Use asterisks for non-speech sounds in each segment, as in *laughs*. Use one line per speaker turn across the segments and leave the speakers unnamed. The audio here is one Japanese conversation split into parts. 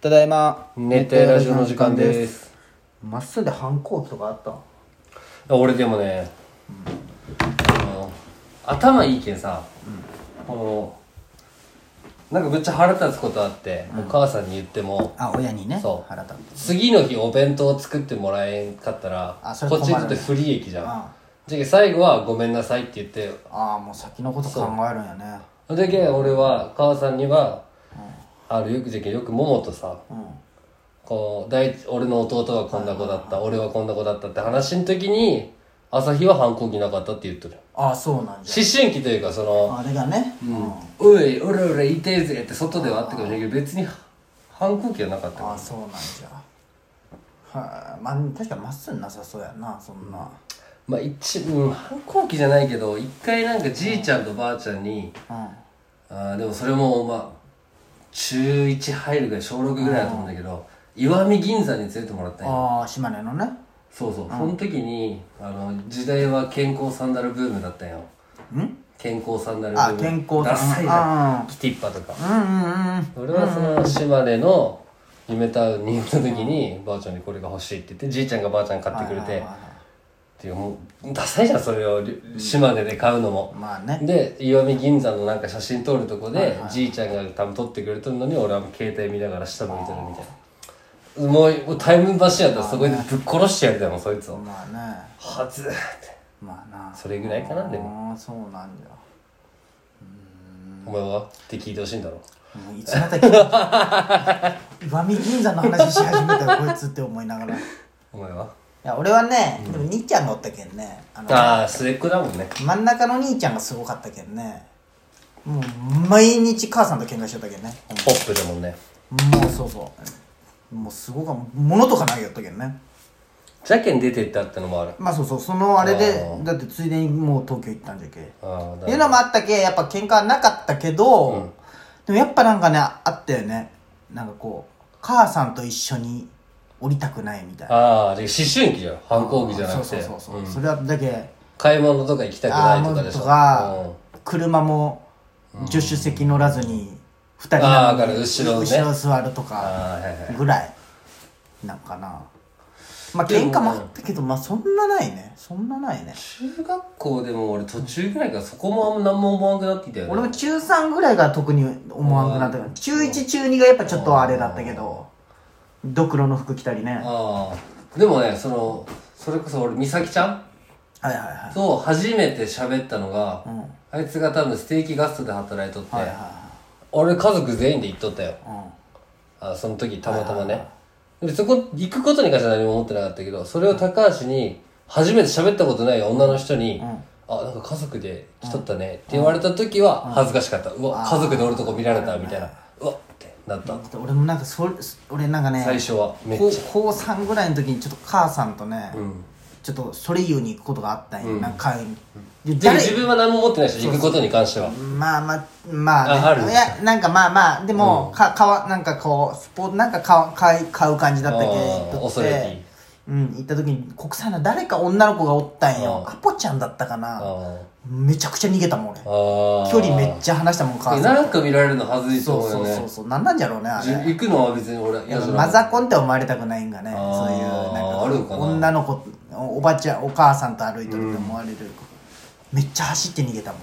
ただいま
熱帯ラジオの時間です
まっすぐで反抗期とかあった
俺でもね、あの頭いいけんさ、このなんかめっちゃ腹立つことあって、お母さんに言っても
あ親にね
そう
腹立って
次の日お弁当作ってもらえんかったら
あそれ
こ
困
っ
るね
ちにとって不利益じゃん
あ
じゃけ最後は「ごめんなさい」って言って
ああもう先のこと考えるんやね
それだけ俺は母さんには、あるよくじゃけんよくももとさ
うん
こう第一俺の弟はこんな子だった俺はこんな子だったって話の時に朝日は反抗期なかったって言っとる
ああそうなんじ
思春期というかそ
ゃ
の
あれがねうんあ
「おい俺俺痛えぜ」って外ではあったかもしれないけど別に反抗期はなかったから
あそうなんじゃはあまあ確かにまっすぐなさそうやなそんな
まあ一、うん、反抗期じゃないけど一回なんかじいちゃんとばあちゃんに
うん
あーでもそれもまあ中1入るぐらい小6ぐらいだと思うんだけど石見銀座に連れてもらったんよ
ああ島根のね
そうそう、その時にあの時代は健康サンダルブームだったんよ
ん
健康サンダルブー
あ
ム
健康
ダサいじゃ
うん
キティッパとか
うんうんうん
俺はその島根の夢タウンに行った時にばあちゃんにこれが欲しいって言ってじいちゃんがばあちゃんが買ってくれ
はい
て
はいはい
っていうもうダサいじゃんそれをり島根で買うのも
はいまあね
で石見銀山のなんか写真撮るとこでじいちゃんが多分撮ってくれてるのに俺は携帯見ながら下向いてるみたいなもうもうタイムマシンやったらそこでぶっ殺してやりたいもんそいつを
まあね
はずーって
まあな
それぐらいかなで
もああそうなんじゃ
お前はって聞いてほしいんだろ
もういつまた来た岩見銀山の話し始めたらこいつって思いながらい
お前は
や俺はね、でも兄ちゃんがおったけんねあの
ああ末っ子だもんね
真ん中の兄ちゃんがすごかったけんねもう毎日母さんと喧嘩しとったけんね
ポップだもんね
もうそうそうもうすごか物とか投げよったけんね
じゃけん出てったってのもある
まあそうそうそのあれで
あー
だってついでにもう東京行ったんじゃけ
ああだ
いうのもあったけやっぱ喧嘩はなかったけど、でもやっぱなんかねあったよねなんかこう母さんと一緒に降りたくないみたいな
ああで思春期じゃん反抗期じゃなく
そう
て
そうそうそう、
うん
それはだけ
買い物とか行きたく
あ
な
あ
いと
も
か
う
でし
と
ょ
か、
うん
車も助手席乗らずに2人な
あーわか
のに
る後ろね
後ろ座るとか
ああはいはい
ぐらいなんかなまあ喧嘩もあったけどまあそんなないねそんなないね
中学校でも俺途中ぐらいからそこもあんま何も思わなくなってきたよね
俺も中3ぐらいが特に思わんくなったから中1中2がやっぱちょっとあれだったけどドクロの服着たりねはい
ああでもねそのそれこそ俺美咲ちゃん
はいは
と初めて喋ったのが、
いうんはい
あいつが多分ステーキガストで働いとって、
はいは
俺家族全員で行っとったよ
いうん
あその時たまたまね、でそこ行くことに関しては何も思ってなかったけどそれを高橋に初めて喋ったことない女の人に「あなんか家族で来とったね」って言われた時は恥ずかしかった「うわ家族で俺とこ見られた」みたいな「うわっ」ってなった
ちょっと俺もなんかそれ俺なんかね
最初はめっ
高
ちゃ
高3ぐらいの時にちょっと母さんとね、
ん
ちょっとそれ言うに行くことがあったんや、なんか、で
でも
誰
自分は何も思ってないし行くことに関しては
まあまあま
ああ
あ,、ね
る、
いやなんかまあまあでも、かかわなんかこうスポーツなんかか買い買う感じだったけ
あ
ど
ー
とって
恐れ入り
うん行った時に国産の誰か女の子がおったんよ
あ
アポちゃんだったか
あ
な
ー
めちゃくちゃ逃げたもん俺
あ
距離めっ
ち
ちゃ離したもん母さん
なんか見られるの恥ずいと
そ
思
う
う
そ
よ
う
ね
そうそうなんなんじゃろうねあ
じ
れ
行くのは別に俺嫌じゃない
マザコンって思われたくないんがね
あー
そういうな
ある
ん
か
か
な
女の子おばちゃんお母さんと歩いてるって思われる、めっちゃ走って逃げた
*laughs*
もん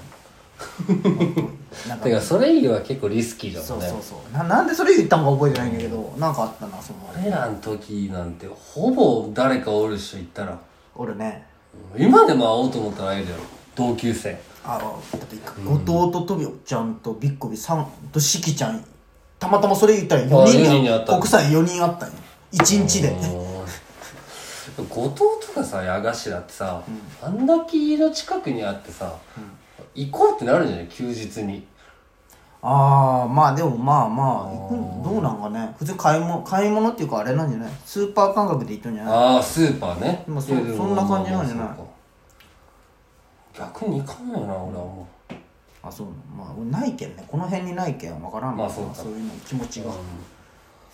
なんか
てかそれ以外は結構リスキーだも
そ
ん
う
ね
そうそうななんでそれ言ったのか覚えてないんだけど、なんかあったなその
俺らの時なんてほぼ誰かおるっしょ行ったら
俺ね
今でも会おうと思ったら会えるよ同級生
あだって後藤とトビオちゃんとビッコビさんとシキちゃんたまたまそれ言ったら4
あ四
人
人に会った
国際4人あったんよ1日で
うん *laughs* 後藤とかさ矢頭ってさ、あんだけ家の近くにあってさ、行こうってなるんじゃない休日に
ああまあでもまあまあ行くんどうなんかね普通買い物買い物っていうかあれなんじゃないスーパー感覚で行ったんじゃない
ああスーパーね
まあそう
いやでも
そんな感じなんじゃない
まあまあそうか逆に行かんよな俺はも
あそうまあ俺ないけんねこの辺にないけんわからんの
まあそうか
そういうの気持ちが、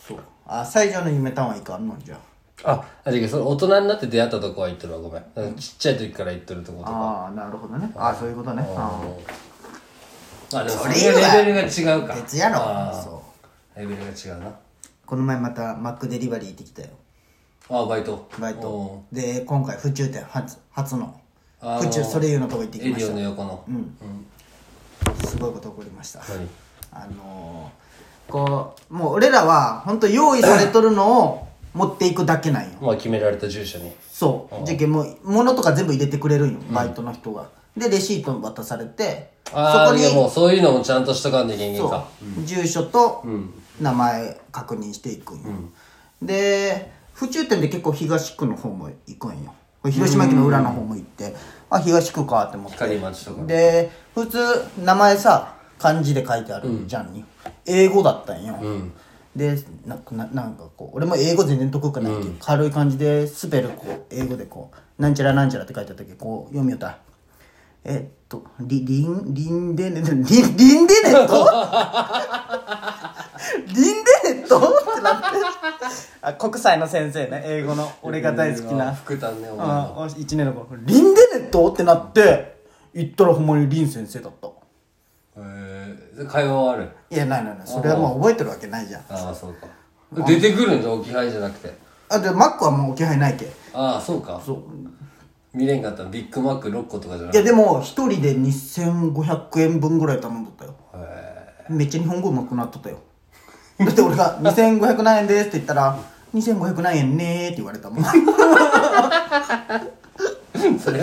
そうあ最初の夢タウンはいかんのじゃ
うああじゃあそれ大人になって出会ったとこは行ってるわごめんだからちっちゃい時から行ってるとことか
ああーなるほどねああそういうことねあ
あでもそ
そ
れ
れ以外
がレベルが違うか
ー別やろ
あー
そ
レベルが違うな
うこの前またマックデリバリー行ってきたよ
あバイト
バイ
うん
トで今回府中店初初の
あの
府中それ湯のとこ行ってき
エ
ま
リ
し
オの横のうん、うん、
たすごいこと起こりました
何
あのーこうもう俺らは本当用意されとるのを持っていくだけなんよ
まあ決められた住所に
そうじゃけんもう物とか全部入れてくれるんよバイトの人が、でレシート渡されてそ
あ
こ
あ
に
いやもうそういうのもちゃんとしとかんでいけんけん
そ
か
う住所と名前確認していくんよ、で府中店で結構東区の方も行くんよ広島駅の裏の方も行ってあ東区かって思って
光町とか
で普通名前さ漢字で書いてあるじゃんに、英語だったんよ、でなななんかこう俺も英語全然得意かないけど、軽い感じでスペルこう英語でこう「なんちゃらなんちゃら」って書いてあったけどこう読みよったらえっと、り、りん、りんでね、り *laughs* ん、りんでねとりんでねとってなって。あ、国際の先生ね、英語の、俺が大好きな。
福田ねお前の
あ、一年の子。りんでねとってなって、行ったらほんまにりん先生だった。
えー、会話はある
いや、ないないない。それはまあ覚えてるわけないじゃん。
ああそうか出てくるんだ置き配じゃなくて
あ、で、マックはもう置き配ないけ。
ああそうか
そう。
見れんかったビッグマック6個とかじゃない
や、
くて
でも、一人で2500円分ぐらい頼んどったよ。
へ
めっちゃ日本語上手くなっとったよだって俺が「2500何円です」って言ったら「2500何円ね」って言われたもんい
えそれ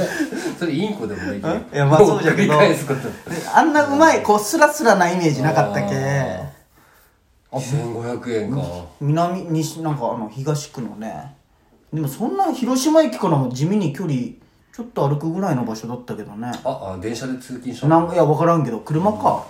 それインコでもないけん
やまあそうじゃけど
繰り返すこと
あんなうまいこうスラスラなイメージなかったけ
あ1500円か
南西なんかあの東区のねでもそんな広島駅からも地味に距離ちょっと歩くぐらいの場所だったけどね
ああ電車で通勤した
な
の
んかいや分からんけど車か、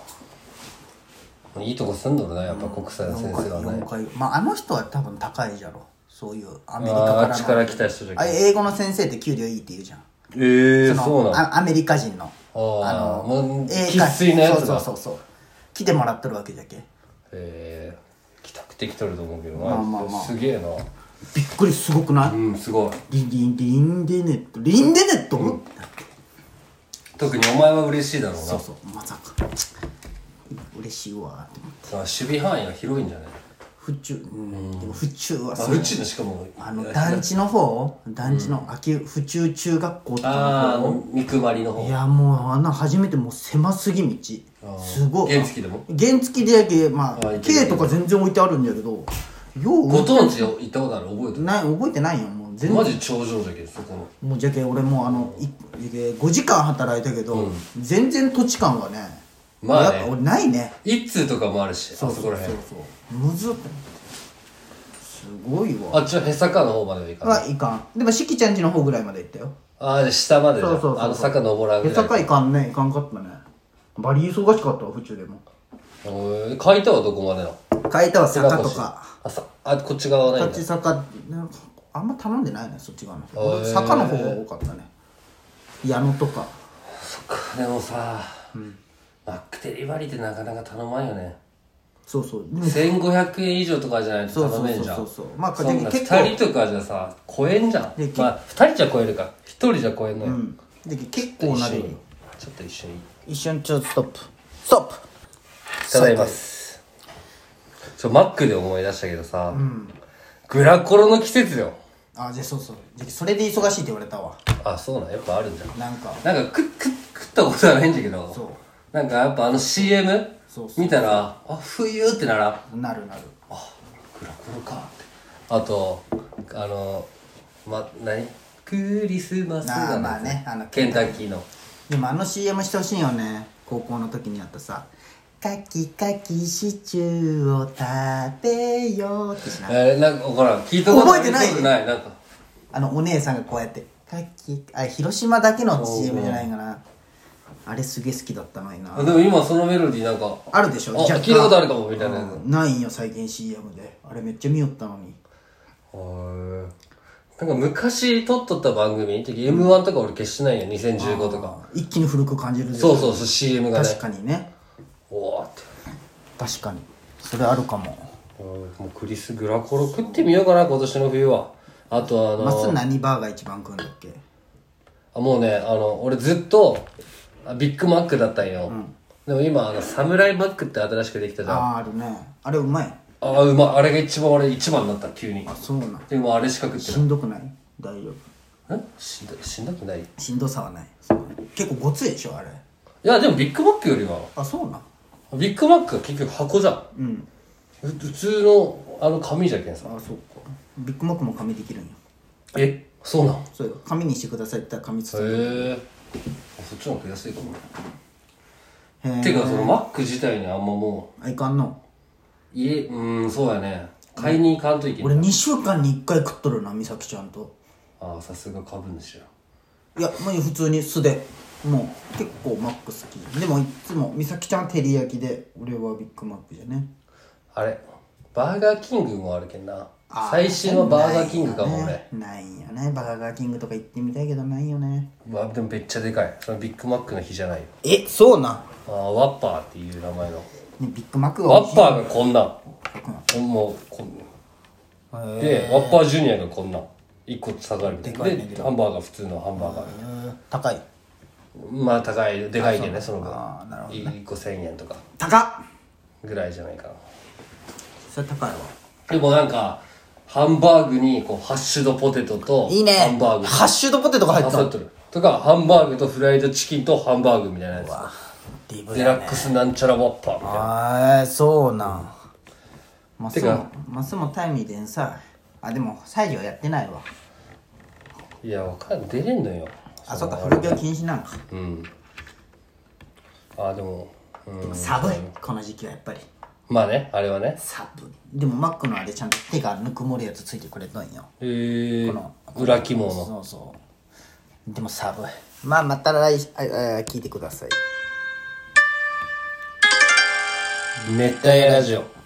いいとこ住んどるなやっぱ国際の先生は
4
ね
回まああの人は多分高いじゃろそういうアメリカ
あ
から
あ
の
っちから来た人じゃ
あ
けん
英語の先生って給料いいって言うじゃん
ええ
の
そうなの
あアメリカ人の
ああもう
英
生
会
粋なやつ
そう
が
そうそうそう来てもらってるわけじゃけ
ええ来たくて来とると思うけどな、
まあまあまあ
すげえな
びっくりすごくない、
うんすごい
リリンリンデネットリンデネット、
特にお前は嬉しいだろうな
そうそうまさか嬉しいわって
あ守備範囲が広いんじゃない
府中、うん、でも府中は
あ
さ
うちのしかも
あの団地の方団地の秋府中中学校と
あーあ
かの
の三くまりの
方い
方
やもうあんな初めてもう狭すぎ
あ
道
ー
すごい
原付でも
原付でやけま
あ
あ
ーいける
K とか全然置いてあるんだけどよう
ご当地行ったことある覚えてる
ない覚えてないよもう全然
マジ頂上じゃけんそこの
もうじゃけ俺もうあのいじゃけ5時間働いたけど、全然土地感がね
まあね
やっぱ俺ないね
一通とかもあるしあそこら
そう
辺
そうむずっすごいわ
あっちのへさかの方まではいかない
はいかんでもしきちゃんちの方ぐらいまで行ったよ
ああじゃあ下までだ
そうそうそう
あの坂登らんぐ
え
ら
さ
い
かいかんねいかんかったねバリ忙しかったわ府中でも
へー書いたはどこまでなの
買えたは坂と
越
か
あさあこっち側はないんだ
立ち坂なんかあんま頼んでないねそっち側の方
へー
俺坂の方が多かったね矢野とか
そっかでもさ、マックデリバリーってなかなか頼まんよね
そうそうでも
1500円以上とかじゃないと
そう
頼
そう
め
そ
ん
う
じゃん
そうそうまあ
そんな
結構
2人とかじゃさ超えんじゃん
で結
まあ2人じゃ超えるか1人じゃ超えんのよ、
うんで結
ちょっ
構
と一
な
緒
り
にちょっと一緒にい
一瞬ちょっとストップストップ
ただきますそうマックで思い出したけどさ、グラコロの季節よ
あじゃあそうそうじゃあそれで忙しいって言われたわ
あそうなんやっぱあるんじゃん
なんか
なんかくく食ったことはないんだけど
そう
なんかやっぱあの CM
そうそ
見たらあ冬ってなら
なるなる
あグラコロかってあとあのま何クリスマス
あ
だ
ーまあねあの
ケンタッキーの
でもあの CM してほしいよね高校の時にやったさ「カキカキシチューを食べよう」ってしない
えー、なんか分からん聞いたこと
覚えてない
聞たことないなんか
あのお姉さんがこうやって「カキあ広島だけの CM じゃないかなあれすげえ好きだったのにな
でも今そのメロディーなんか
あるでしょ
あ
若干
聞いたことあるかもみたいなやつ
うんないんよ最近 CM であれめっちゃ見よったのに
へえなんか昔撮っとった番組 m 1とか俺消してないよ2015とか
一気に古く感じるでしょ
そうそうそう CM がね
確かにね
おおって
確かにそれあるかも
うんもうクリス・グラコロ食ってみようかな今年の冬はあとあの
まっすー何バーが一番食うんだっけ
あもうねあの俺ずっとあビッグマックだったんよ、でも今あのサムライマックって新しくできたじゃん
ああーあるねあれうまい
ああ、うまい、あれが一番俺、一番になった、急に。
そうなん
でもあれしか食って
しんどくない大丈夫
ない。んしんど、しんどくないい
しんどさはないそう結構ごついでしょあれ
や、でもビッグマックよりは、
あそうなん
ビッグマックは結局箱じゃん。
うん
ふ普通の、あの紙じゃけんさ。
あそうかビッグマックも紙できるんよ
え、そうなん。へ
そうよ紙にしてくださいって言ったら紙つつ
え。そっちの方が安いかもね。
へえ
てか、そのマック自体にあんまも
あいかんの
う、家、うーん、そうやね。買いに行かんといけな
俺
い。
2週間に1回食っとるな美咲ちゃんと
ああ、さすが株主や。
いやまあ普通に素でもう結構マック好きでもいつも美咲ちゃんは照り焼きで俺はビッグマックじゃね
あれ、バーガーキングもあるけんな。最新はバーガーキングかも俺。
ないよねないよねバーガーキングとか行ってみたいけどないよね
まあ、でもめっちゃでかい。そのビッグマックの日じゃないよ。
えそうな
ああ、ワッパーっていう名前の。
ねビッグマックが
ワッパーがこんなん。もう、こんなん。で、ワッパージュニアがこんなん。一個下がるみたいな。
でかいね
で、ハンバーガー、普通のハンバーガー。
うん高い
まあ、高い、でかいけどね、その分。
あーなるほど
一個1000円とか
高っ
ぐらいじゃないかな。
それ高いわ
でもなんか、ハンバーグにこうハッシュドポテトと
いいね
ハンバーグ
ハッシュドポテトが入ってた
挟っとるとかハンバーグとフライドチキンとハンバーグみたいなや
デ
つ
ブ
デ
だ
ラックスなんちゃらワッパーみたいな
あーそうなんマス
て
も
か
マスもタイミーでんさあでも西条やってないわ
いやわかんない出れんのよ
あそっか古着は禁止なんか、
うんあでもうん
寒いこの時期はやっぱり
まあねあれはね
寒いでもマックのあれちゃんと手がぬくもるやつついてくれとんよ
えー
の、
裏肝の
そうそうでも寒いまあまた来ああ聞いてください
熱帯夜ラジオ